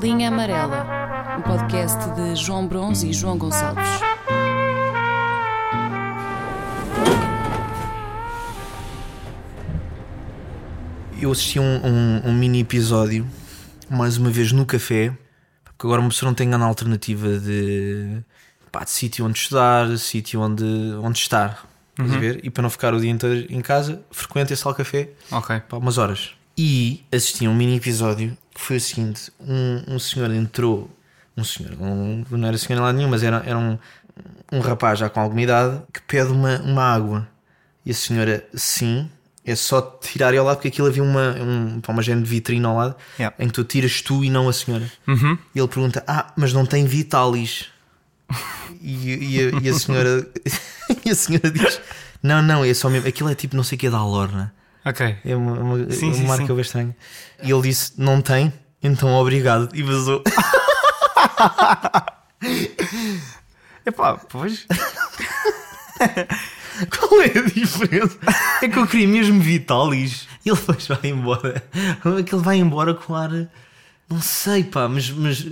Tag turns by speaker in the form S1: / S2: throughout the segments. S1: Linha Amarela, um podcast de João Bronze e João Gonçalves.
S2: Eu assisti um, um- um mini episódio, mais uma vez no café, porque agora uma pessoa não tem grande alternativa de, pá, de sítio onde estudar, sítio onde, onde estar. Estás a ver? E para não ficar o dia inteiro em casa, frequenta esse tal café
S3: Ok.
S2: pá, umas horas. E assisti a um mini episódio que foi o seguinte: um, um senhor entrou, um senhor, um- não era senhor em lado nenhum, mas era, era um, um rapaz já com alguma idade que pede uma, uma água. E a senhora, sim, é só tirar ao lado, porque aquilo havia uma, um, pá, uma género de vitrine ao lado
S3: Yeah.
S2: em que tu tiras tu e não a senhora. E ele pergunta: Ah, mas não tem Vitalis? E, e a, e a senhora e a senhora diz: Não, não, é só mesmo. Aquilo é tipo não sei o que é da Alorna.
S3: Ok.
S2: É uma, uma,
S3: Sim,
S2: uma
S3: sim,
S2: marca
S3: sim.
S2: bem estranha. E ele disse: Não tem, então obrigado. E vazou.
S3: Epá, pois.
S2: Qual é a diferença? É que eu queria mesmo Vitalis. E ele depois vai embora. Como é que ele vai embora com ar. Não sei, pá, mas. mas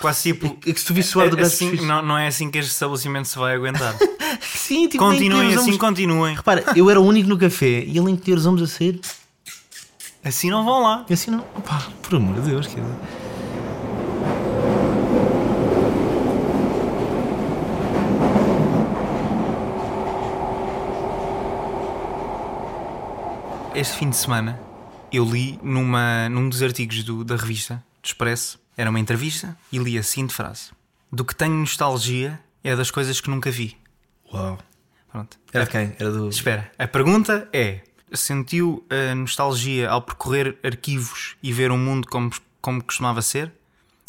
S3: Quase tipo.
S2: é que se tu visse o ar do
S3: é
S2: gajo.
S3: assim, não, não é assim que este estabelecimento se vai aguentar.
S2: Sim, tipo, nem
S3: continuem
S2: tinha os
S3: assim,
S2: ombros-
S3: continuem.
S2: Repara, eu era o único no café e ele encolher os ombros a sair.
S3: Assim não vão lá.
S2: E assim não. Pá, por amor de Deus, quer dizer.
S3: Este fim de semana eu li numa, num dos artigos do- da revista, do Expresso, era uma entrevista, e li a seguinte frase: Do que tenho nostalgia é das coisas que nunca vi.
S2: Uau.
S3: Pronto.
S2: Era de quem? Era do.
S3: Espera, a pergunta é: sentiu a nostalgia ao percorrer arquivos e ver o mundo como, como costumava ser?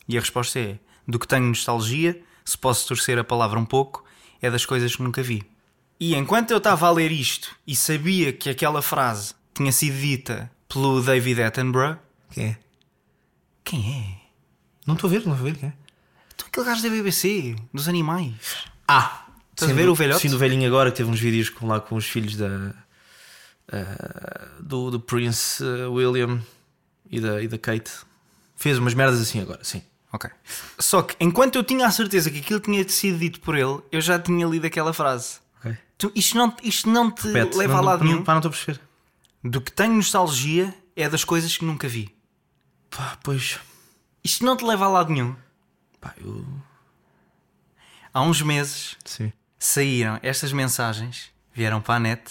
S3: E a resposta é: do que tenho nostalgia, se posso torcer a palavra um pouco, é das coisas que nunca vi. E enquanto eu estava a ler isto e sabia que aquela frase tinha sido dita pelo David Attenborough,
S2: Quem é?
S3: quem é?
S2: Não estou a ver, não estou a ver quem é.
S3: Tu aquele gajo da BBC, dos animais.
S2: Ah!
S3: Estás a ver o velhote?
S2: Sim, do velhinho agora que teve uns vídeos com, lá com os filhos da. ah, do, do Prince ah, William e da, e da Kate. Fez umas merdas assim agora, sim.
S3: Ok. Só que enquanto eu tinha a certeza que aquilo tinha sido dito por ele, eu já tinha lido aquela frase.
S2: Ok.
S3: Tu- isto, não, isto não te
S2: Pete,
S3: leva
S2: não-
S3: a lado
S2: não-
S3: nenhum.
S2: Pá, não estou a perceber.
S3: Do que tenho nostalgia é das coisas que nunca vi.
S2: Pá, pois.
S3: Isto não te leva a lado nenhum.
S2: Pá, eu.
S3: Há uns meses
S2: Sim.
S3: saíram estas mensagens, vieram para a net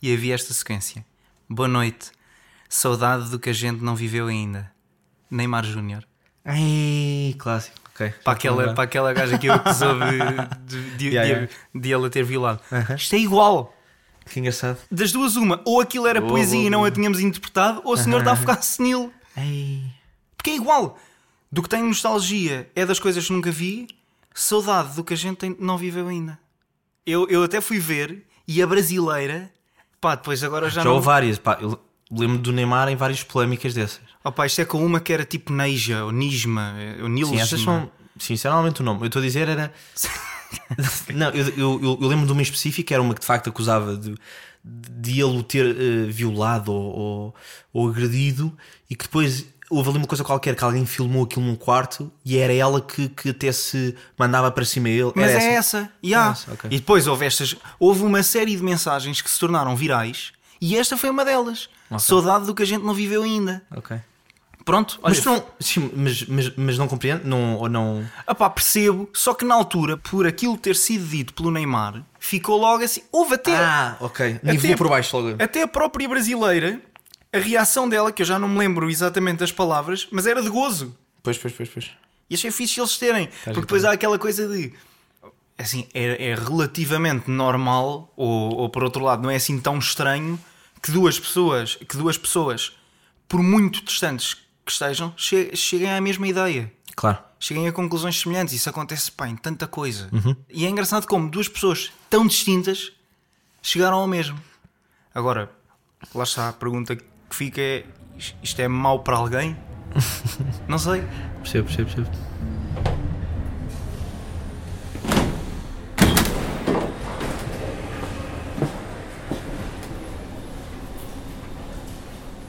S3: e havia esta sequência. Boa noite. Saudade do que a gente não viveu ainda. Neymar Júnior.
S2: Ai, clássico. é, Ok. já
S3: Para
S2: estou a
S3: aquela,
S2: lembrar.
S3: para aquela gaja que eu acusou de, de, de,
S2: Yeah,
S3: de-
S2: yeah.
S3: de ela ter violado. Isto é igual.
S2: Que engraçado.
S3: Das duas, uma. Ou aquilo era
S2: Boa,
S3: poesia
S2: boa,
S3: e não a
S2: boa.
S3: tínhamos interpretado, ou o senhor está a ficar senil.
S2: Ai.
S3: Porque é igual. Do que tenho nostalgia é das coisas que nunca vi, saudade do que a gente tem- não viveu ainda. Eu, eu até fui ver e a brasileira. Pá, depois agora já,
S2: Já
S3: não.
S2: houve várias, pá, eu lembro do Neymar em várias polémicas dessas.
S3: Oh, pá, isto é com uma que era tipo Neija, ou Nisma, eh, ou Nilsma.
S2: Sim, essas são, sinceramente, o nome. Eu estou a dizer era. Não, eu, eu, eu- eu lembro de uma em específico, era uma que de facto acusava de, de ele o ter eh, violado ou, ou, ou agredido e que depois. Houve ali uma coisa qualquer que alguém filmou aquilo num quarto e era ela que, que até se mandava para cima ele.
S3: Mas
S2: era
S3: é
S2: essa.
S3: essa. Yeah.
S2: É essa, ok.
S3: E depois houve estas. Houve uma série de mensagens que se tornaram virais e esta foi uma delas. Saudade do que a gente não viveu ainda.
S2: Ok.
S3: Pronto, um- olha,
S2: Mas, tu não, sim, mas, mas, mas não compreendo? Não, ou não.
S3: Ah pá, percebo, só que na altura, por aquilo ter sido dito pelo Neymar, ficou logo assim. Houve até,
S2: Ah, ok. Nivelou
S3: Até-
S2: por baixo logo.
S3: até a própria brasileira, a reação dela, que eu já não me lembro exatamente das palavras, mas era de gozo.
S2: Pois, pois, pois, pois.
S3: E achei fixe eles terem,
S2: Tá
S3: porque depois há aquela coisa de. Assim, é, é relativamente normal, ou, ou por outro lado, não é assim tão estranho que duas pessoas, que duas pessoas por muito distantes que estejam, che- cheguem à mesma ideia
S2: Claro.
S3: cheguem a conclusões semelhantes. Isso acontece pá, em tanta coisa. E é engraçado como duas pessoas tão distintas chegaram ao mesmo. Agora, lá está a pergunta que fica é: is- isto é mau para alguém? Não sei.
S2: Percebo, percebo, percebo.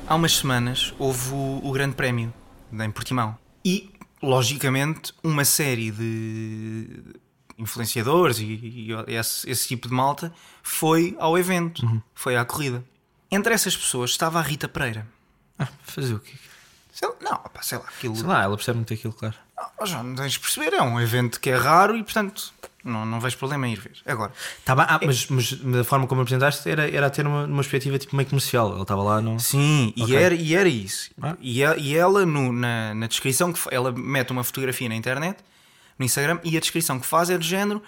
S3: Há umas semanas houve o, o Grande Prémio em Portimão. E logicamente, uma série de influenciadores e, e esse, esse tipo de malta foi ao evento, foi à corrida. Entre essas pessoas estava a Rita Pereira.
S2: Ah, fazer o quê?
S3: Sei lá- não, pá, sei lá, aquilo.
S2: Sei lá, ela percebe muito aquilo, claro.
S3: Oh, já não tens de perceber, é um evento que é raro e, portanto, não, não vejo problema em ir ver. Agora,
S2: Tá
S3: É
S2: bem, ah, mas, mas da forma como apresentaste era, era a ter uma, uma perspectiva tipo meio comercial. Ele estava lá, não.
S3: Sim,
S2: Ok.
S3: e, era, e era isso.
S2: Ah.
S3: E, a- e ela, no- na, na descrição, que fa- ela mete uma fotografia na internet, no Instagram, e a descrição que faz é do género: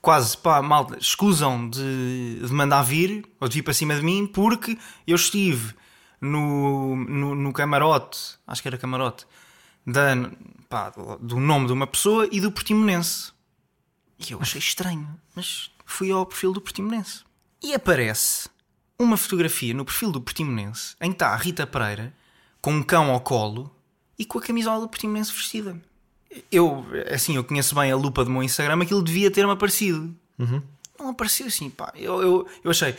S3: quase, pá, malta, escusam de, de mandar vir ou de vir para cima de mim, porque eu estive no, no, no camarote, acho que era camarote, da, pá, do, do nome de uma pessoa e do Portimonense. E eu achei estranho, mas fui ao perfil do Portimonense. E aparece uma fotografia no perfil do Portimonense em que está a Rita Pereira com um cão ao colo e com a camisola do Portimonense vestida. Eu, assim, eu conheço bem a lupa do meu Instagram, aquilo devia ter-me aparecido. Não apareceu assim, pá. Eu, eu, eu achei,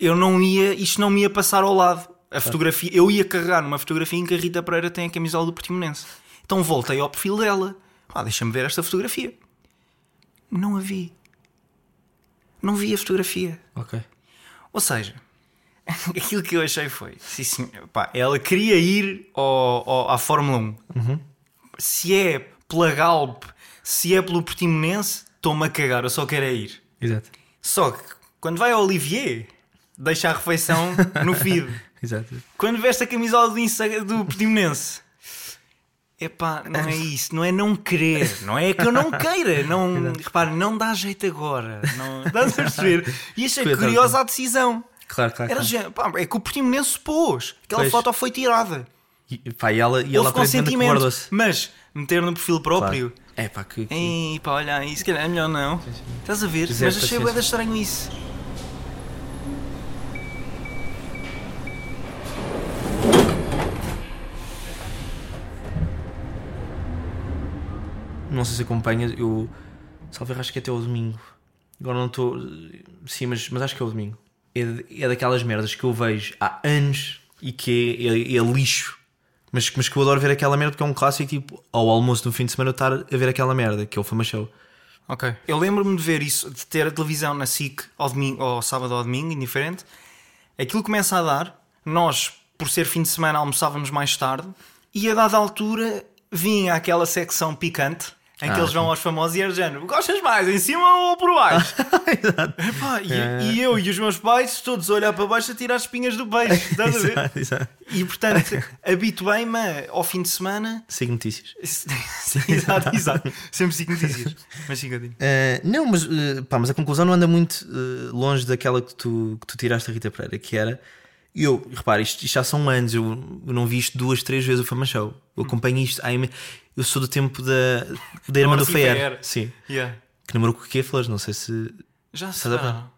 S3: eu não ia, isto não me ia passar ao lado. A fotografia, eu ia carregar numa fotografia em que a Rita Pereira tem a camisola do Portimonense. Então voltei ao perfil dela. Ah, deixa-me ver esta fotografia. Não a vi. Não vi a fotografia.
S2: Ok.
S3: Ou seja, aquilo que eu achei foi: sim, senhor, pá, ela queria ir ao, ao- à Fórmula 1. Se é pela Galp, se é pelo Portimonense, estou-me a cagar, eu só quero é ir.
S2: Exato.
S3: Só que quando vai ao Olivier, deixa a refeição no feed.
S2: Exato.
S3: Quando veste a camisola do, Insta- do Portimonense. Epá, não é isso, não é não querer, não é que eu não queira, não, repare, não dá jeito agora, não, estás a perceber? E achei
S2: Coitado.
S3: curiosa a decisão.
S2: Claro, claro.
S3: Era
S2: claro.
S3: do género, pá, é que o Portimonense se pôs. Aquela
S2: Pois.
S3: foto foi tirada.
S2: E, pá, e ela, e ela
S3: Houve
S2: aparentemente
S3: consentimento.
S2: guardou-se.
S3: Mas meter no perfil próprio.
S2: É pá, que. que-
S3: Ei, pá, olha aí, se calhar é melhor não. Estás a ver?
S2: Quiser,
S3: Mas achei
S2: paciência.
S3: bué de estranho isso.
S2: Não sei se acompanhas, eu. Salve, acho que é até o domingo. Agora não estou. Sim, mas, mas acho que é o domingo. É, de- é daquelas merdas que eu vejo há anos e que é, é- é lixo. Mas, mas que eu adoro ver aquela merda porque é um clássico tipo ao almoço no fim de semana eu estar a ver aquela merda, que é o Fama Show.
S3: Ok. Eu lembro-me de ver isso, de ter a televisão na SIC ao, domingo, ao sábado ou ao domingo, indiferente. Aquilo começa a dar, nós, por ser fim de semana, almoçávamos mais tarde, e a dada altura vinha aquela secção picante em que
S2: Ah,
S3: eles vão aos famosos e era do género: gostas mais, em cima ou por baixo? Epá, e,
S2: É.
S3: e eu e os meus pais todos a olhar para baixo a tirar as espinhas do peixe, estás a ver?
S2: Exato, exato.
S3: E portanto, habituei-me ao fim de semana.
S2: Sigo notícias.
S3: exato, exato. Sempre sigo notícias. Mas sigo a ti.
S2: Uh, não, mas, uh, pá, mas a conclusão não anda muito uh, longe daquela que tu, que tu tiraste a Rita Pereira, que era. Eu, repara, isto, isto já são anos, eu, eu não vi isto duas, três vezes o Fama Show. Eu acompanho isto. há imen- eu sou do tempo da, da irmã do
S3: Marci
S2: Fayer,
S3: Faer.
S2: sim,
S3: Yeah.
S2: que namorou com o Keflas, não sei se.
S3: Já se
S2: Estás a ver?
S3: separaram.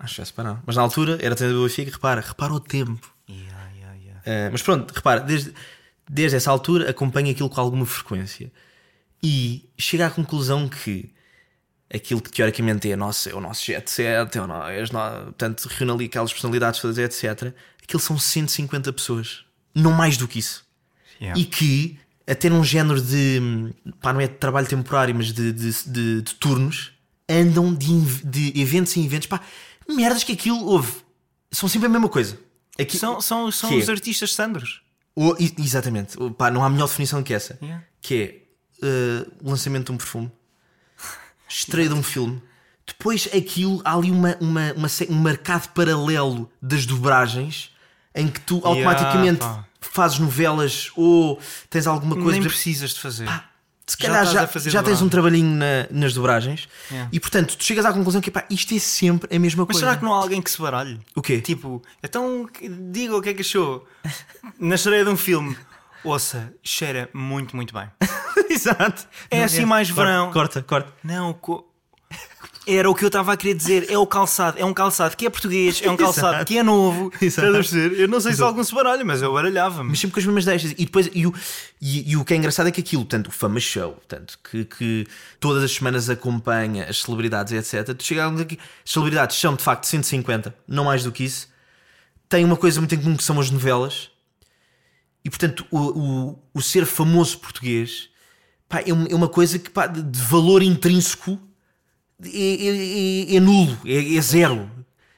S2: Acho que já se pararam. Mas na altura era treinador do Benfica, repara, repara o tempo.
S3: Yeah, yeah, yeah.
S2: Uh, mas pronto, repara, desde, desde essa altura acompanho aquilo com alguma frequência e chego à conclusão que aquilo que teoricamente é, a nossa, é o nosso jet set, é o no, é as no- portanto, reúne ali aquelas personalidades todas, etc. Aquilo são 150 pessoas, não mais do que isso.
S3: Yeah.
S2: E que, a ter um género de, pá, não é de trabalho temporário, mas de, de, de- de turnos, andam de, inv- de eventos em eventos, pá, merdas que aquilo houve. São sempre a mesma coisa. Aqui,
S3: São, são, são
S2: Que é?
S3: os artistas Sandros.
S2: o- e- exatamente, O- pá, não há melhor definição que essa.
S3: Yeah.
S2: Que é eh, o lançamento de um perfume, estreia de um filme, depois aquilo, há ali uma, uma, uma se- um mercado paralelo das dobragens em que tu automaticamente
S3: pá.
S2: fazes novelas ou tens alguma coisa. por
S3: Nem
S2: exemplo,
S3: precisas de fazer.
S2: se
S3: Já
S2: calhar
S3: estás
S2: já,
S3: a fazer
S2: já tens
S3: dobragem.
S2: um trabalhinho na- nas dobragens
S3: Yeah.
S2: e portanto tu chegas à conclusão que pá, isto é sempre a mesma
S3: Mas
S2: coisa.
S3: será que não há alguém que se baralhe?
S2: O quê?
S3: Tipo, então que- diga o que é que achou na estreia de um filme. Ouça, cheira muito, muito bem.
S2: Exato.
S3: É assim mais
S2: Corta,
S3: verão.
S2: Corta, corta.
S3: Não, o co- era o que eu estava a querer dizer. É o calçado. É um calçado que é português. É um calçado
S2: Exato.
S3: que é novo.
S2: Exato.
S3: Estás a perceber? Eu não sei se algum se baralha, mas eu baralhava-me.
S2: mas sempre com as mesmas deixas. E depois, e o, e, e o que é engraçado é que aquilo, tanto o Fama Show, tanto que, que todas as semanas acompanha as celebridades, etc. Tu chegaram aqui, as celebridades são de facto 150, não mais do que isso. Tem uma coisa muito em comum que são as novelas. E portanto, o, o, o ser famoso português pá, é um- é uma coisa que pá, de de valor intrínseco é, é- é- é nulo, é, é zero.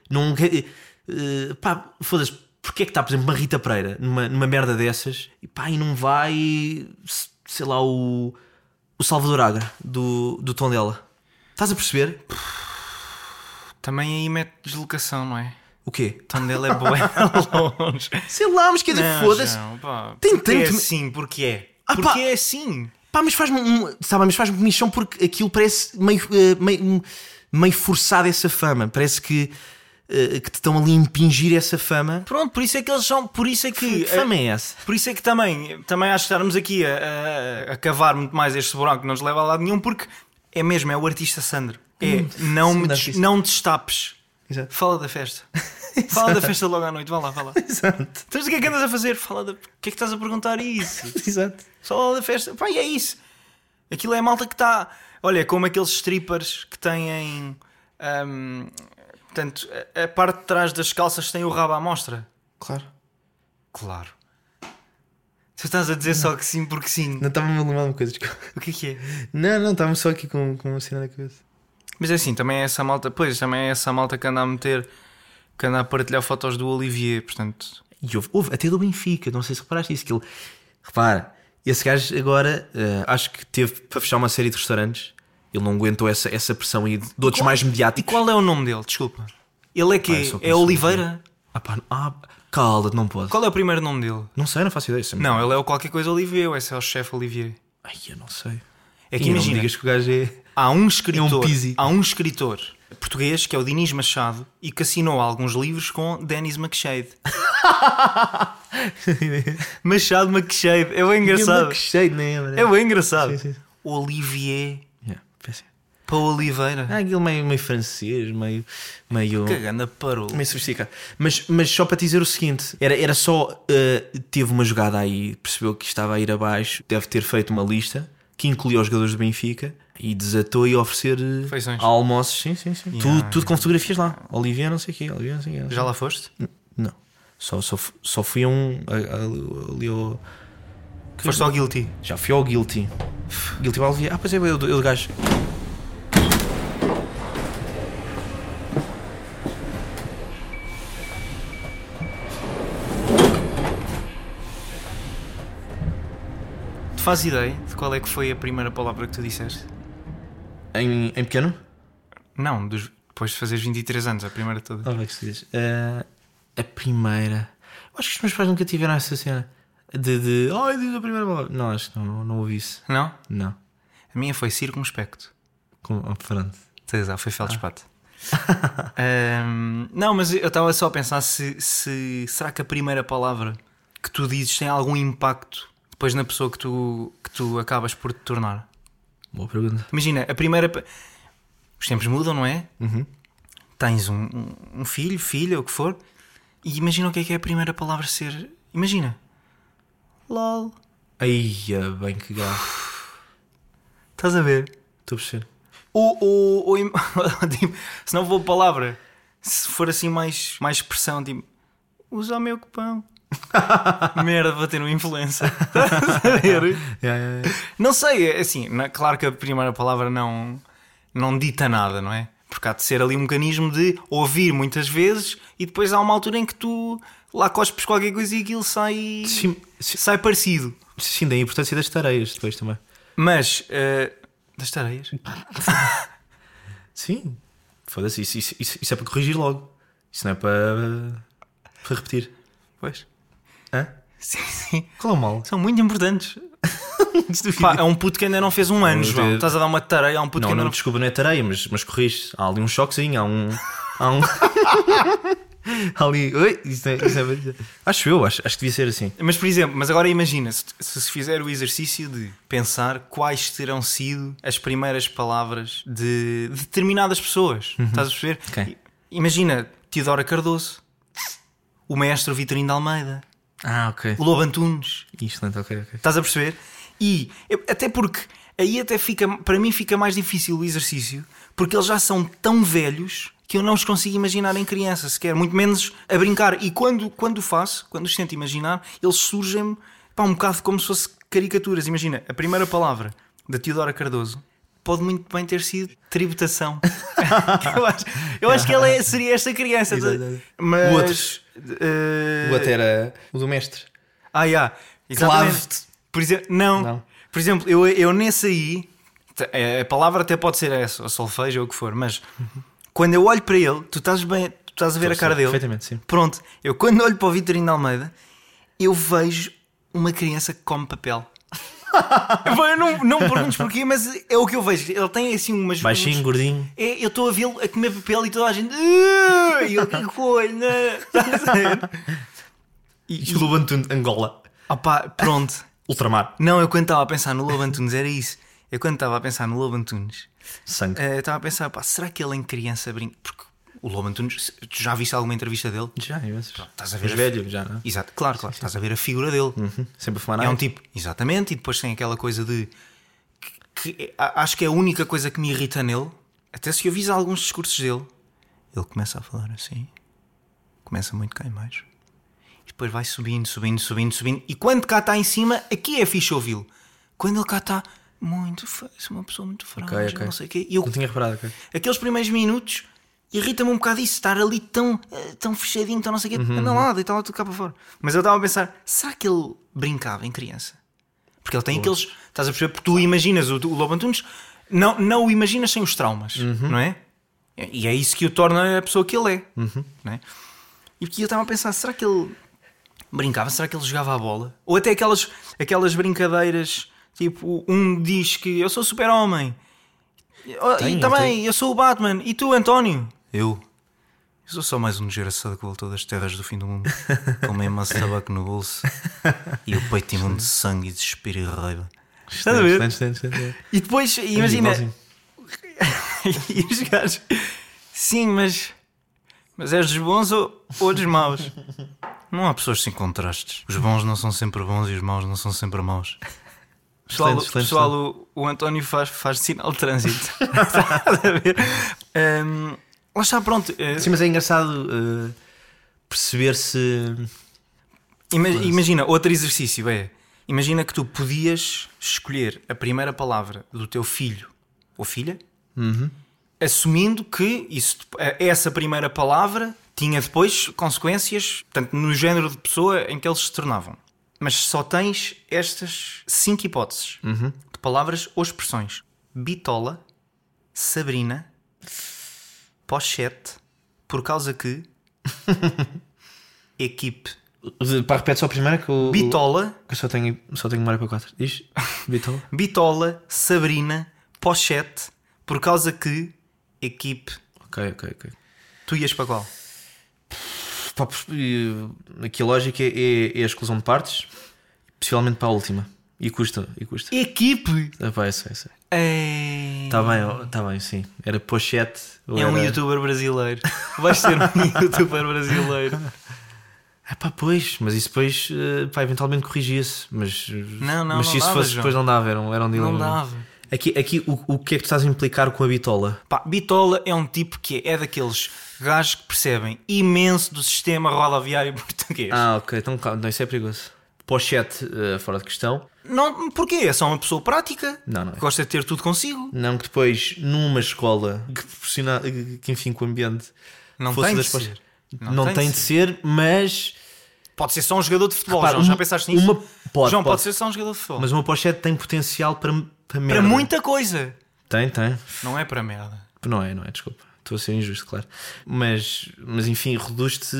S2: Não, quer- eh, pá, foda-se, porque é que está, por exemplo, uma Rita Pereira numa, numa merda dessas e pá, e não vai, se- sei lá, o, o Salvador Agra do, do tom dela? Estás a perceber?
S3: Também aí mete deslocação, não é?
S2: O quê?
S3: O tom dele é bom, longe.
S2: Sei lá, mas quer dizer,
S3: Não,
S2: foda-se.
S3: João, pá,
S2: Tem
S3: porque É
S2: tanto-
S3: assim, porque é.
S2: Ah, pá.
S3: porque é assim.
S2: Pá, mas faz-me um, sabe, mas faz-me comichão porque aquilo parece meio, eh, meio, meio forçada essa fama. Parece que, eh, que te estão ali a impingir essa fama.
S3: Pronto, por isso é que eles são. Por isso é que.
S2: Que fama é essa?
S3: Por isso é que também, também acho que estarmos aqui a, a- a cavar muito mais este buraco que não nos leva a lado nenhum, porque é mesmo, é o artista Sandro. É, não, me
S2: Hum, Sim,
S3: des-
S2: artista.
S3: não destapes.
S2: Exato.
S3: Fala da festa. Fala da festa logo à noite, vá lá, vá lá.
S2: Exato,
S3: Então, o que é que andas a fazer? Fala da. O que é que estás a perguntar isso?
S2: exato.
S3: Só da festa. Pá, e é isso. Aquilo é a malta que está. Olha, é como aqueles strippers que têm. hum, portanto, a, a parte de trás das calças tem o rabo à mostra.
S2: Claro.
S3: Claro. Tu estás a dizer só que sim porque sim.
S2: Não estava-me a lembrar de uma coisa, desculpa.
S3: O que é que é?
S2: Não, não, estava-me só aqui com, com uma cena na cabeça.
S3: Mas é assim, também é essa malta. Pois, também é essa malta que anda a meter. que anda a partilhar fotos do Olivier. Portanto,
S2: E houve, houve até do Benfica, não sei se reparaste isso. Que ele, repara, esse gajo agora eh, acho que teve para fechar uma série de restaurantes. Ele não aguentou essa, essa pressão aí de de outros mais
S3: E
S2: mediáticos.
S3: qual é o nome dele? Desculpa. Ele
S2: Ah,
S3: é
S2: eu
S3: que
S2: sou
S3: É
S2: conhecido.
S3: Oliveira?
S2: Ah, pá, ah, cala-te, não pode.
S3: Qual é o primeiro nome dele?
S2: Não sei, não faço ideia. Sam.
S3: Não, ele é o qualquer coisa Olivier, ou esse é o chefe Olivier.
S2: Ai, eu não sei.
S3: É
S2: É
S3: que
S2: que não
S3: imagina.
S2: me digas que o gajo é.
S3: Há um escritor,
S2: É um pisi.
S3: há um escritor português que é o Dinis Machado e que assinou alguns livros com Dennis McShade. Machado McShade, é bem engraçado.
S2: cheio, nem
S3: É bem engraçado.
S2: Sim, sim.
S3: Olivier para Oliveira.
S2: Ah, aquilo meio, meio francês, meio. meio...
S3: Caganda parou.
S2: Meio sofisticado. Mas, mas só para te dizer o seguinte: era, era só. uh, teve uma jogada aí, percebeu que estava a ir abaixo, deve ter feito uma lista que incluía os jogadores do Benfica e desatou e oferecer uh,
S3: Refeições.
S2: almoços. Sim, sim, sim. tudo, tudo com fotografias lá. Olivia, não sei o quê. Olivia, não sei o quê.
S3: Já lá foste?
S2: Não. Só, só, fu- só fui a um. a- a- ali ao.
S3: Foste ao Guilty.
S2: Já fui ao Guilty. Guilty by Olivia. Ah, pois é, eu, eu gajo.
S3: Tu fazes ideia de qual é que foi a primeira palavra que tu disseste?
S2: Em, em pequeno?
S3: Não, dos- depois de fazeres 23 anos, a primeira toda.
S2: Lá vai que se diz. Ah, a primeira. Eu acho que os meus pais nunca tiveram essa cena de. de oh, diz a primeira palavra. Não, acho que não, não ouvi isso.
S3: Não?
S2: Não.
S3: A minha foi circunspecto.
S2: Com, oh, pronto.
S3: Tens lá, foi feldspato. Ahm, não, mas eu estava só a pensar se, se- Será que a primeira palavra que tu dizes tem algum impacto depois na pessoa que tu, que tu acabas por te tornar?
S2: Boa pergunta.
S3: Imagina, a primeira. pa- Os tempos mudam, não é? Tens um, um- um filho, filha, o que for, e imagina o que é que é a primeira palavra ser. Imagina. LOL.
S2: Ai, ah, bem que gajo.
S3: Estás a ver?
S2: Estou a perceber.
S3: Ou, ou, ou im- tipo, se não vou a palavra, se for assim mais, mais expressão, tipo, usa o meu cupão. Merda, vou ter uma influencer. Estás a ver? não sei, é assim, na- claro que a primeira palavra não, não dita nada, não é? Porque há de ser ali um mecanismo de ouvir muitas vezes e depois há uma altura em que tu lá cospes qualquer coisa e aquilo sai,
S2: Sim, sim,
S3: sai parecido.
S2: sim, da importância das tareias depois também.
S3: Mas, eh, das tareias?
S2: Sim. Foda-se, isso, isso, isso- isso é para corrigir logo. Isso não é para, para repetir.
S3: Pois.
S2: Hã?
S3: Sim, sim.
S2: Qual é o mal?
S3: São muito importantes. Pá, é um puto que ainda não fez um ano,
S2: Vamos
S3: João.
S2: ver.
S3: Estás a dar uma tareia a um puto
S2: Não,
S3: que ainda
S2: não,
S3: não.
S2: desculpa, não é tareia, mas, mas corrige. Há ali um choquezinho, há um. Há um. Há ali. Oi, isso é, isso é- Acho eu, acho, acho que devia ser assim.
S3: Mas, por exemplo, mas agora imagina se, se se fizer o exercício de pensar quais terão sido as primeiras palavras de determinadas pessoas. Estás a perceber?
S2: Uhum. Ok.
S3: I- Imagina Tidora Cardoso, o maestro Vitorino de Almeida,
S2: Ah, ok.
S3: o Lobo Antunes.
S2: Excelente, ok, ok.
S3: Estás a perceber? E eu- até porque aí até fica, para mim fica mais difícil o exercício, porque eles já são tão velhos que eu não os consigo imaginar em criança sequer, muito menos a brincar. E quando, quando faço, quando os tento imaginar, eles surgem pá, um bocado como se fossem caricaturas. Imagina, a primeira palavra da Teodora Cardoso pode muito bem ter sido tributação. eu acho, eu acho que ela é- seria esta criança.
S2: Exato, exato.
S3: Mas.
S2: O outro.
S3: eh,
S2: O outro era o do mestre.
S3: Ah, yeah. Exatamente. Por exemplo, não.
S2: Não.
S3: Por exemplo, eu, eu nesse aí, t- eh, a palavra até pode ser essa, ou solfejo ou o que for, mas quando eu olho para ele, tu estás bem, tu estás a ver a
S2: Uhum. Estou
S3: cara
S2: certo,
S3: dele.
S2: perfeitamente, sim.
S3: Pronto, eu quando olho para o Vitorino de Almeida, eu vejo uma criança que come papel. Bem, eu não, não me perguntes porquê, mas é o que eu vejo. Ele tem assim umas.
S2: Baixinho,
S3: umas-
S2: gordinho.
S3: É, eu estou a vê-lo a comer papel e toda a gente. "Ah", E eu que coisa! Estás a ver?
S2: E o Lobo Antunes, Angola.
S3: Opa, pronto.
S2: Ultramar.
S3: Não, eu quando estava a pensar no Lobo Antunes, era isso. Eu quando estava a pensar no Lobo Antunes,
S2: Sangue.
S3: eh, estava a pensar, pá, será que ele em criança brinca? Porque o Lobo Antunes, se- tu já viste alguma entrevista dele?
S2: Já, vezes.
S3: estás a ver
S2: Mas
S3: a-
S2: velho, já, não é?
S3: Exato, claro, claro. Estás a ver a figura dele.
S2: Uhum. Sempre a fumar
S3: É um
S2: nada.
S3: tipo, exatamente, e depois tem aquela coisa de. Que, que- a- acho que é a única coisa que me irrita nele. Até se eu vis alguns discursos dele, ele começa a falar assim. Começa muito cá em baixo. E depois vai subindo, subindo, subindo, subindo. E quando cá está em cima, aqui é fixe ouvi-lo. Quando ele cá está, muito feio, uma pessoa muito frágil,
S2: Ok, ok.
S3: não sei o quê. E eu,
S2: Não tinha reparado, ok.
S3: aqueles primeiros minutos, irrita-me um bocado isso, estar ali tão, eh, tão fechadinho, tão não sei o quê,
S2: Uhum.
S3: anda lá, deita lá tudo cá para fora. Mas eu estava a pensar, será que ele brincava em criança? Porque ele tem aqueles, estás a perceber, porque tu imaginas o, o Lobo Antunes, não, não o imaginas sem os traumas,
S2: Uhum.
S3: não é? E é isso que o torna a pessoa que ele é,
S2: Uhum.
S3: não é? E porque eu estava a pensar, será que ele brincava? Será que ele jogava a bola? Ou até aquelas, aquelas brincadeiras, tipo, um diz que eu sou super-homem, Oh,
S2: Tem,
S3: e
S2: ele
S3: também, eu sou o Batman. E tu, António? Eu? Eu sou só mais um desgraçado que voltou das terras do fim do mundo. Com uma massa de tabaco no bolso. E o peito imundo de sangue e desespero e raiva. Estás a ver?
S2: Excelente, excelente, excelente.
S3: E depois, imagina...
S2: Igualzinho.
S3: e os gajos... Sim, mas... Mas és dos bons ou, ou dos maus? Não há pessoas sem contrastes. Os bons não são sempre bons e os maus não são sempre maus. Pessoal,
S2: Excelente, excelente,
S3: pessoal, o- O, António faz, faz sinal de trânsito. Estás a ver? Ahm, lá está, pronto. eh,
S2: Sim, mas é engraçado eh, perceber se.
S3: ima- imagina, outro exercício é: imagina que tu podias escolher a primeira palavra do teu filho ou filha, assumindo que isso, eh, essa primeira palavra tinha depois consequências, portanto, no género de pessoa em que eles se tornavam. Mas só tens estas cinco hipóteses de palavras ou expressões: bitola, Sabrina, pochete, por causa que, equipe.
S2: eh, Pá, repete só a primeira que eu.
S3: Bitola,
S2: Que eu só tenho, só tenho memória para quatro. Diz? Bitola?
S3: Bitola, Sabrina, Pochete, por causa que, equipe,
S2: ok, ok, ok.
S3: tu ias para qual?
S2: Pá, pers- eh, aqui a lógica é, é a exclusão de partes, principalmente para a última. E custa, e custa.
S3: Equipe?
S2: Ah, pá, eu sei, eu sei.
S3: Ei,
S2: Está bem, ó, tá bem, sim. Era pochete. ou
S3: é um
S2: era-
S3: youtuber brasileiro. Vais ser um youtuber brasileiro.
S2: Ah, pá, pois, mas isso depois, eh, pá, eventualmente corrigia-se. Mas,
S3: Não,
S2: mas
S3: não, não
S2: se isso
S3: dava,
S2: fosse
S3: João.
S2: depois, não dava, era um, era um dilema.
S3: Não dava.
S2: Aqui, aqui o, o que é que tu estás a implicar com a bitola?
S3: Pá, Bitola é um tipo que é, é daqueles gajos que percebem imenso do sistema rodoviário português.
S2: Ah, ok, então calma, não, isso é perigoso. Pochete, eh, fora de questão.
S3: Não, porquê? É só uma pessoa prática.
S2: Não, não é.
S3: Gosta de ter tudo consigo.
S2: Não que depois, numa escola que proporciona, que enfim, que o ambiente
S3: Não
S2: fosse
S3: tem
S2: das
S3: de
S2: postas-
S3: ser.
S2: Não, tem, de ser, mas.
S3: Pode ser só um jogador de futebol,
S2: Repara,
S3: João. Já
S2: uma-
S3: pensaste nisso?
S2: uma- pode,
S3: João, pode.
S2: pode.
S3: ser só um jogador de futebol.
S2: Mas uma pochete tem potencial para, para merda.
S3: para muita coisa.
S2: Tem, tem.
S3: Não é para merda.
S2: Não é, não é, desculpa. Estou a ser injusto, claro. Mas, mas enfim, reduz-te.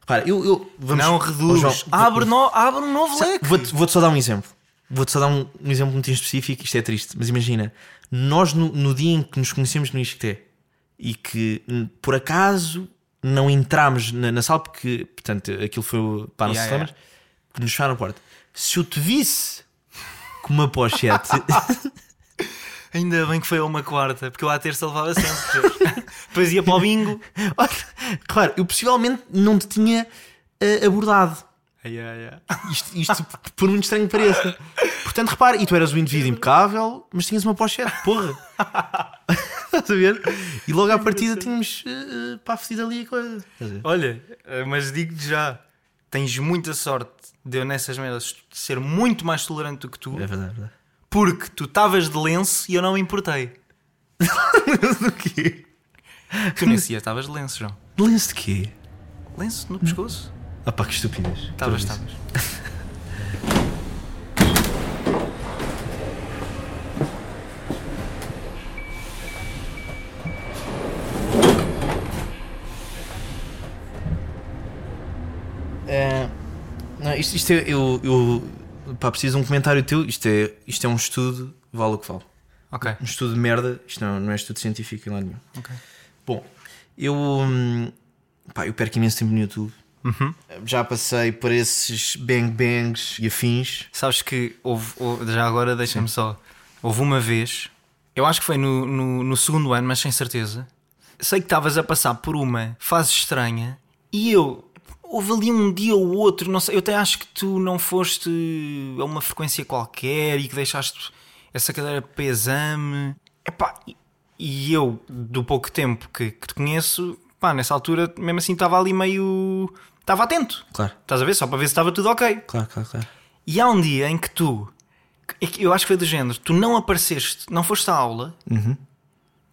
S2: Repara, eu. eu- vamos-
S3: não
S2: Oh,
S3: reduz.
S2: João,
S3: abre, no- abre um novo leque.
S2: Vou-te vou-te só dar um exemplo. Vou-te só dar um, um exemplo muito em específico. Isto é triste, mas imagina, nós no, no dia em que nos conhecemos no ICT e que hum, por acaso não entramos na, na sala, porque, portanto, aquilo foi o- pá, não
S3: Yeah,
S2: se lembras, que nos fecharam a porta. Se eu te visse com uma pochete,
S3: Ainda bem que foi a uma quarta, porque eu à terça levava sempre. Jorge. Depois ia para o bingo.
S2: claro, eu possivelmente não te tinha eh, abordado.
S3: Ai, ai, ai.
S2: Isto, isto por muito estranho que pareça. Portanto, repara, e tu eras um indivíduo impecável, mas tinhas uma pochete, porra. Estás a ver? E logo à partida tínhamos eh, eh, pá, fedido ali a coisa. Estás a ver?
S3: Olha, eh, mas digo-te já: tens muita sorte de eu nessas merdas ser muito mais tolerante do que tu,
S2: É verdade, é verdade.
S3: Porque tu estavas de lenço e eu não me importei.
S2: Do quê?
S3: Tu nesse dia estavas de lenço, João.
S2: Lenço de quê?
S3: Lenço no pescoço?
S2: Ah pá, que estupidez.
S3: Estavas,
S2: Tudo isso.
S3: estavas.
S2: É, não, isto, isto é, eu, eu pá, preciso de um comentário teu. Isto é, isto é um estudo, vale o que vale.
S3: Ok.
S2: Um estudo de merda, isto não, não é estudo científico em lado nenhum.
S3: Ok.
S2: Bom, eu, hum, pá, eu perco imenso tempo no YouTube.
S3: Uhum.
S2: Já passei por esses bang bangs e afins.
S3: Sabes que houve, houve- já agora deixa-me só. Houve uma vez, eu acho que foi no, no, no segundo ano, mas sem certeza. Sei que estavas a passar por uma fase estranha e eu. Houve ali um dia ou outro, não sei, eu até acho que tu não foste a uma frequência qualquer e que deixaste essa cadeira para exame. Epá, e- e eu, do pouco tempo que, que te conheço, pá, nessa altura, mesmo assim, estava ali meio. Estava atento.
S2: Claro,
S3: Estás a ver? Só para ver se estava tudo ok.
S2: claro, claro, claro.
S3: E há um dia em que tu, é que eu acho que foi do género, tu não apareceste, não foste à aula,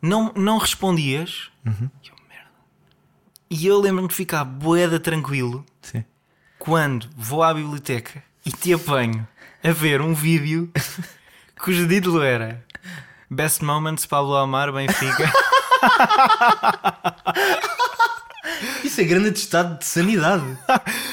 S3: não, não respondias, e eu, merda. E eu lembro-me de ficar boeda tranquilo
S2: Sim.
S3: quando vou à biblioteca e te apanho a ver um vídeo cujo título era Best Moments Pablo Amar Benfica.
S2: Isso é grande estado de sanidade.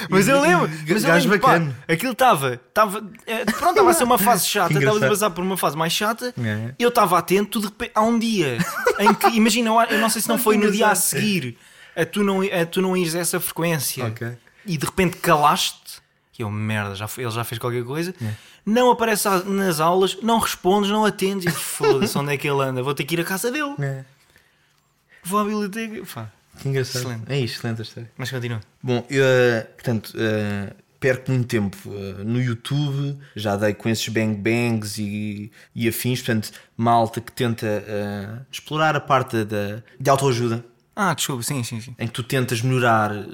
S3: Mas eu lembro, mas eu
S2: Gajo
S3: lembro pá,
S2: bacana.
S3: aquilo estava, estava, eh, pronto, estava a ser uma fase chata,
S2: Que engraçado.
S3: estava a passar por uma fase mais chata.
S2: É.
S3: Eu estava atento, de repente, há um dia em que, imagina, eu- eu não sei se não foi no dia a
S2: engraçado.
S3: seguir, a tu não, a tu não ires a essa frequência
S2: Ok.
S3: e de repente calaste. E eu, merda, já, foi- ele já fez qualquer coisa.
S2: É.
S3: Não aparece a- nas aulas, não respondes, não atendes. E eu, foda-se, onde é que ele anda? Vou ter que ir à casa dele.
S2: É.
S3: Vou à biblioteca. Pá,
S2: Que engraçado.
S3: Excelente.
S2: É isto, excelente a história.
S3: Mas continua.
S2: Bom, eu, eh, portanto, eh, perco muito tempo eh, no YouTube, já dei com esses bang bangs e, e afins, portanto, malta que tenta eh, explorar a parte da, de autoajuda,
S3: Ah, desculpa, sim, sim, sim.
S2: em que tu tentas melhorar eh,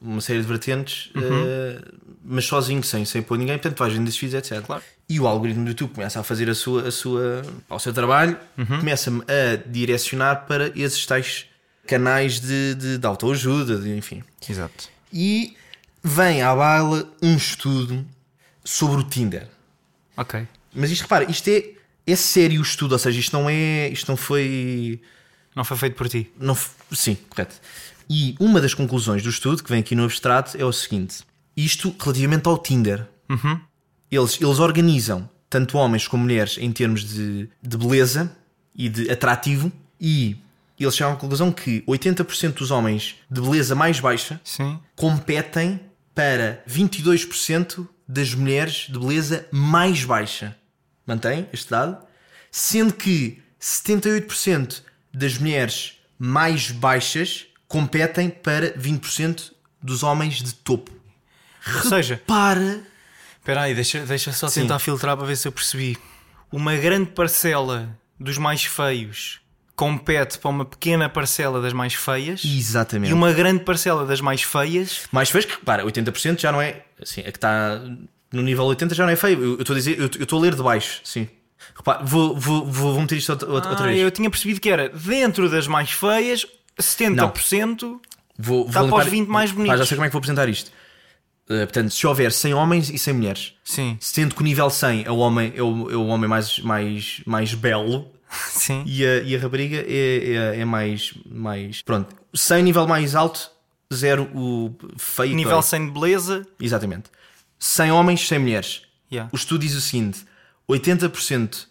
S2: uma série de vertentes, eh, mas sozinho, sem, sem pôr ninguém, portanto, vais vendo esses vídeos, etc.
S3: Claro.
S2: E o algoritmo do YouTube começa a fazer a sua, a sua, ao seu trabalho, começa-me a direcionar para esses tais canais de, de, de autoajuda, de, enfim.
S3: Exato.
S2: E vem à baila um estudo sobre o Tinder.
S3: Ok.
S2: Mas isto, repara, isto é, é sério o estudo, ou seja, isto não é. Isto não foi.
S3: Não foi feito por ti.
S2: Não, f- sim, correto. E uma das conclusões do estudo, que vem aqui no abstrato, é o seguinte: isto relativamente ao Tinder.
S3: Uhum,
S2: Eles, eles organizam tanto homens como mulheres em termos de, de beleza e de atrativo, e eles chegam à conclusão que 80% dos homens de beleza mais baixa
S3: Sim.
S2: competem para 22% das mulheres de beleza mais baixa. Mantém este dado? Sendo que 78% das mulheres mais baixas competem para 20% dos homens de topo.
S3: Ou seja,
S2: Para.
S3: espera aí, deixa, deixa só
S2: Sim.
S3: tentar filtrar para ver se eu percebi. Uma grande parcela dos mais feios compete para uma pequena parcela das mais feias
S2: Exatamente.
S3: e uma grande parcela das mais feias.
S2: Mais feios que, repara, 80% já não é. Assim, a que está no nível 80 já não é feio. Eu eu estou a dizer, eu eu estou a ler de baixo, sim. Repara, vou, vou, vou, vou meter isto outra, outra
S3: Ah,
S2: vez.
S3: eu tinha percebido que era dentro das mais feias, 70%.
S2: Vou,
S3: Está
S2: vou
S3: para os
S2: limpar-
S3: 20 mais
S2: Pá,
S3: bonitos.
S2: já sei como é que vou apresentar isto. Uh, portanto, se houver 100 homens e 100 mulheres,
S3: Sim,
S2: sendo que o nível 100 é o homem, é o, é o homem mais, mais, mais belo
S3: sim.
S2: e a, e a rapariga é, é, é mais, mais. Pronto, 100 nível mais alto, zero o feio.
S3: Nível
S2: claro.
S3: 100 de beleza.
S2: Exatamente. 100 homens, 100 mulheres.
S3: Yeah.
S2: O estudo diz o seguinte: 80%.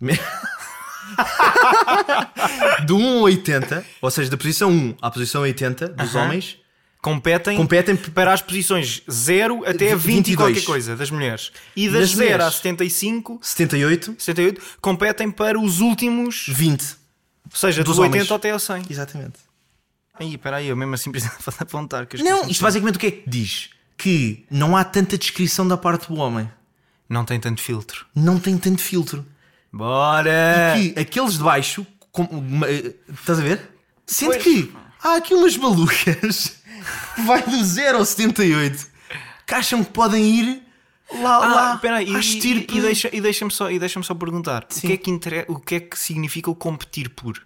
S2: me- Do 1 a 80, ou seja, da posição 1 à posição 80 dos
S3: Aham.
S2: homens,
S3: Competem,
S2: competem p-
S3: para as posições 0 até 20 e
S2: 22.
S3: qualquer coisa das mulheres. E das,
S2: Das
S3: 0
S2: mulheres.
S3: a 75,
S2: 78,
S3: 78, competem para os últimos
S2: 20.
S3: Ou seja,
S2: Dos
S3: do 80
S2: homens.
S3: até ao 100.
S2: Exatamente.
S3: Aí, peraí, eu mesmo assim precisava apontar. Que eu
S2: Não,
S3: esqueci.
S2: isto basicamente o que é que diz? Que não há tanta descrição da parte do homem.
S3: Não tem tanto filtro.
S2: Não tem tanto filtro.
S3: Bora!
S2: Que aqueles de baixo. com- ma- eh, estás a ver? Sendo que há aqui umas malucas que vai do 0 ao 78 que acham que podem ir Lá, lá,
S3: peraí, Ah, e,
S2: à estirpe.
S3: e, e deixa- e deixa-me só, e deixa só perguntar: o
S2: Sim. Tipo
S3: que, é que intere- o que é que significa o competir por?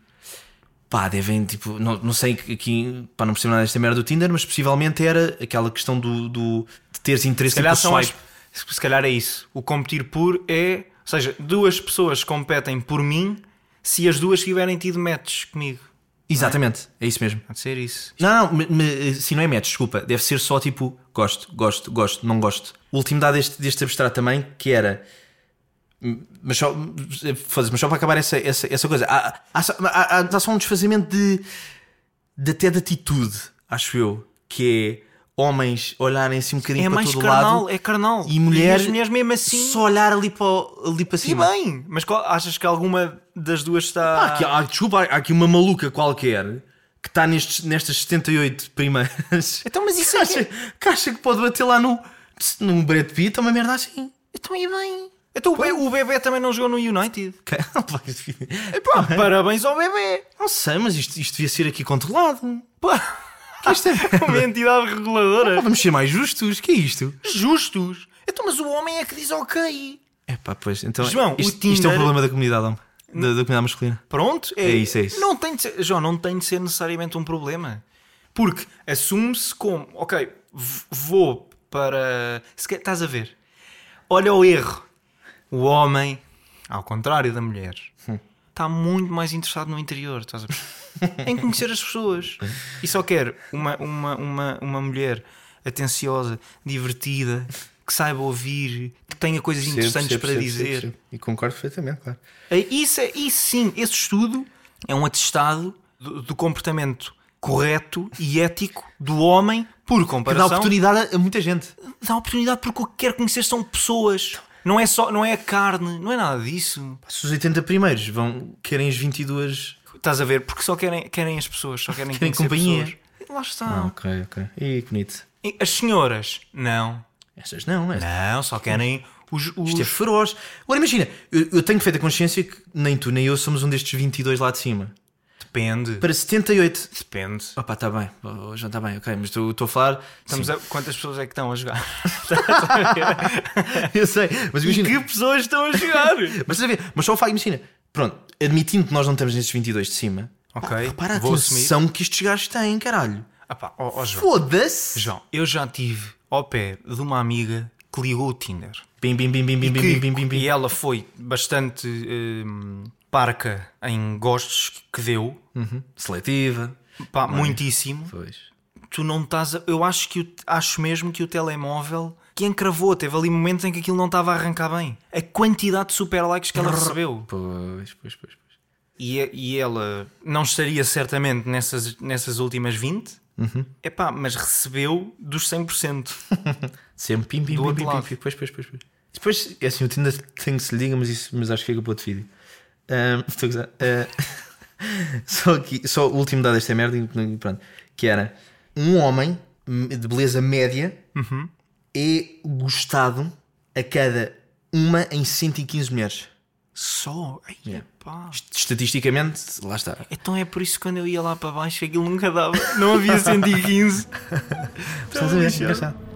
S2: Pá, devem, tipo, não, não sei que- que pá, não percebo nada desta merda do Tinder, mas possivelmente era aquela questão do, do- de teres interesse
S3: Se calhar,
S2: tipo,
S3: são as,
S2: swipe.
S3: se calhar é isso. O competir por é. Ou seja, duas pessoas competem por mim se as duas tiverem tido matches comigo.
S2: Exatamente, é isso mesmo.
S3: Pode ser isso.
S2: Não, não, me- me- se não é match, desculpa, deve ser só tipo gosto, gosto, gosto, não gosto. O último dado deste, deste abstrato também, que era. Mas só, foda-se, mas só para acabar essa, essa, essa coisa, há, há, só- há- há- há só um desfazimento de, de até de atitude, acho eu, que é homens olharem assim um bocadinho
S3: É
S2: para
S3: mais
S2: todo
S3: carnal,
S2: lado
S3: é carnal.
S2: e mulheres,
S3: as mulheres mesmo assim.
S2: só olhar ali para, o- ali para
S3: E
S2: cima.
S3: bem, mas qual- achas que alguma das duas
S2: Pá,
S3: está.
S2: aqui, há- desculpa, há aqui uma maluca qualquer que está nestes- nestas 78 primeiras.
S3: Então, mas isso
S2: que
S3: é
S2: acha, que acha que pode bater lá no, no Brad Pitt, é uma merda assim.
S3: Então e bem. Então o, Be o bebê também não jogou no United. Uhum. Pá,
S2: É Pá,
S3: parabéns ao bebê.
S2: não sei, mas isto, isto devia ser aqui controlado.
S3: Pá,
S2: Que isto é-
S3: uma entidade reguladora.
S2: Vamos ser mais justos, que é isto?
S3: Justos. Então, mas o homem é que diz ok.
S2: É pá, pois, então
S3: João, o
S2: isto, isto é
S3: Tinder-
S2: um problema da comunidade, homem. da, da comunidade masculina.
S3: Pronto, é,
S2: É isso, é isso.
S3: Não tem de ser, João, não tem de ser necessariamente um problema. Porque assume-se como, ok, v- vou para. se quer- Estás a ver? Olha o erro. O homem, ao contrário da mulher, está muito mais interessado no interior, estás a ver? em conhecer as pessoas. E só quer uma, uma, uma, uma mulher atenciosa, divertida, que saiba ouvir, que tenha coisas interessantes para dizer.
S2: E concordo perfeitamente, claro.
S3: É, Isso, é- isso sim, esse estudo é um atestado do, do comportamento correto e ético do homem por
S2: Que dá
S3: comparação.
S2: oportunidade a- a muita gente.
S3: dá oportunidade porque o que quer conhecer são pessoas. Não é só, não é a carne, não é nada disso.
S2: Se os 80 primeiros vão, querem as 22.
S3: Estás a ver? Porque só querem, querem as pessoas, só querem,
S2: Querem
S3: conhecer
S2: companhia.
S3: pessoas. Lá está.
S2: Ah, ok, ok. E que bonito.
S3: E As senhoras, não.
S2: Estas não, estas.
S3: Não, só querem os. os-
S2: Isto é feroz. Agora imagina, eu, eu tenho feita consciência que nem tu nem eu somos um destes 22 lá de cima.
S3: Depende.
S2: Para 78.
S3: Depende.
S2: Opa, está bem, oh, já está bem, ok, mas estou estou a falar. tá
S3: Estamos a- quantas pessoas é que estão a jogar?
S2: Eu sei, mas
S3: E
S2: imagina.
S3: que pessoas estão a jogar?
S2: Mas, estás a ver, mas só o facto, imagina, pronto, admitindo que nós não estamos nestes 22 de cima,
S3: ok,
S2: repara a
S3: vou assumir.
S2: tensão que estes gajos têm, caralho.
S3: Ah pá, ó- ó, João.
S2: Foda-se!
S3: João, eu já tive ao pé de uma amiga que ligou o Tinder.
S2: Bim, bim, bim, bim, bim, bim,
S3: Que-
S2: bim, bim, bim.
S3: E ela foi bastante hum, parca em gostos que deu.
S2: Uhum. Seletiva.
S3: Pá, muitíssimo.
S2: Pois.
S3: Tu não estás a, Eu acho, que o- acho mesmo que o telemóvel que encravou. Teve ali momentos em que aquilo não estava a arrancar bem. A quantidade de super likes que ela recebeu.
S2: Pois, pois, pois. pois.
S3: E, e ela não estaria certamente nessas, nessas últimas 20.
S2: Uhum.
S3: Epá, mas recebeu dos 100%.
S2: Sempre pim, pim,
S3: Do
S2: pim,
S3: outro
S2: pim, pim,
S3: lado.
S2: pim. Pois, pois, pois, pois. Depois, é assim, o Tinder tem que se liga, mas, isso, mas acho que é fica para outro vídeo. Ahm, estou a gozar. Ah, só, aqui, só o último dado desta merda, e pronto, que era um homem de beleza média
S3: Uhum.
S2: é gostado a cada uma em 115 mulheres.
S3: Só. Ai,
S2: Yeah.
S3: epá.
S2: Estatisticamente, lá está.
S3: Então é por isso que quando eu ia lá para baixo aquilo nunca dava. Não havia 115. é
S2: Estás a ver? Engraçado.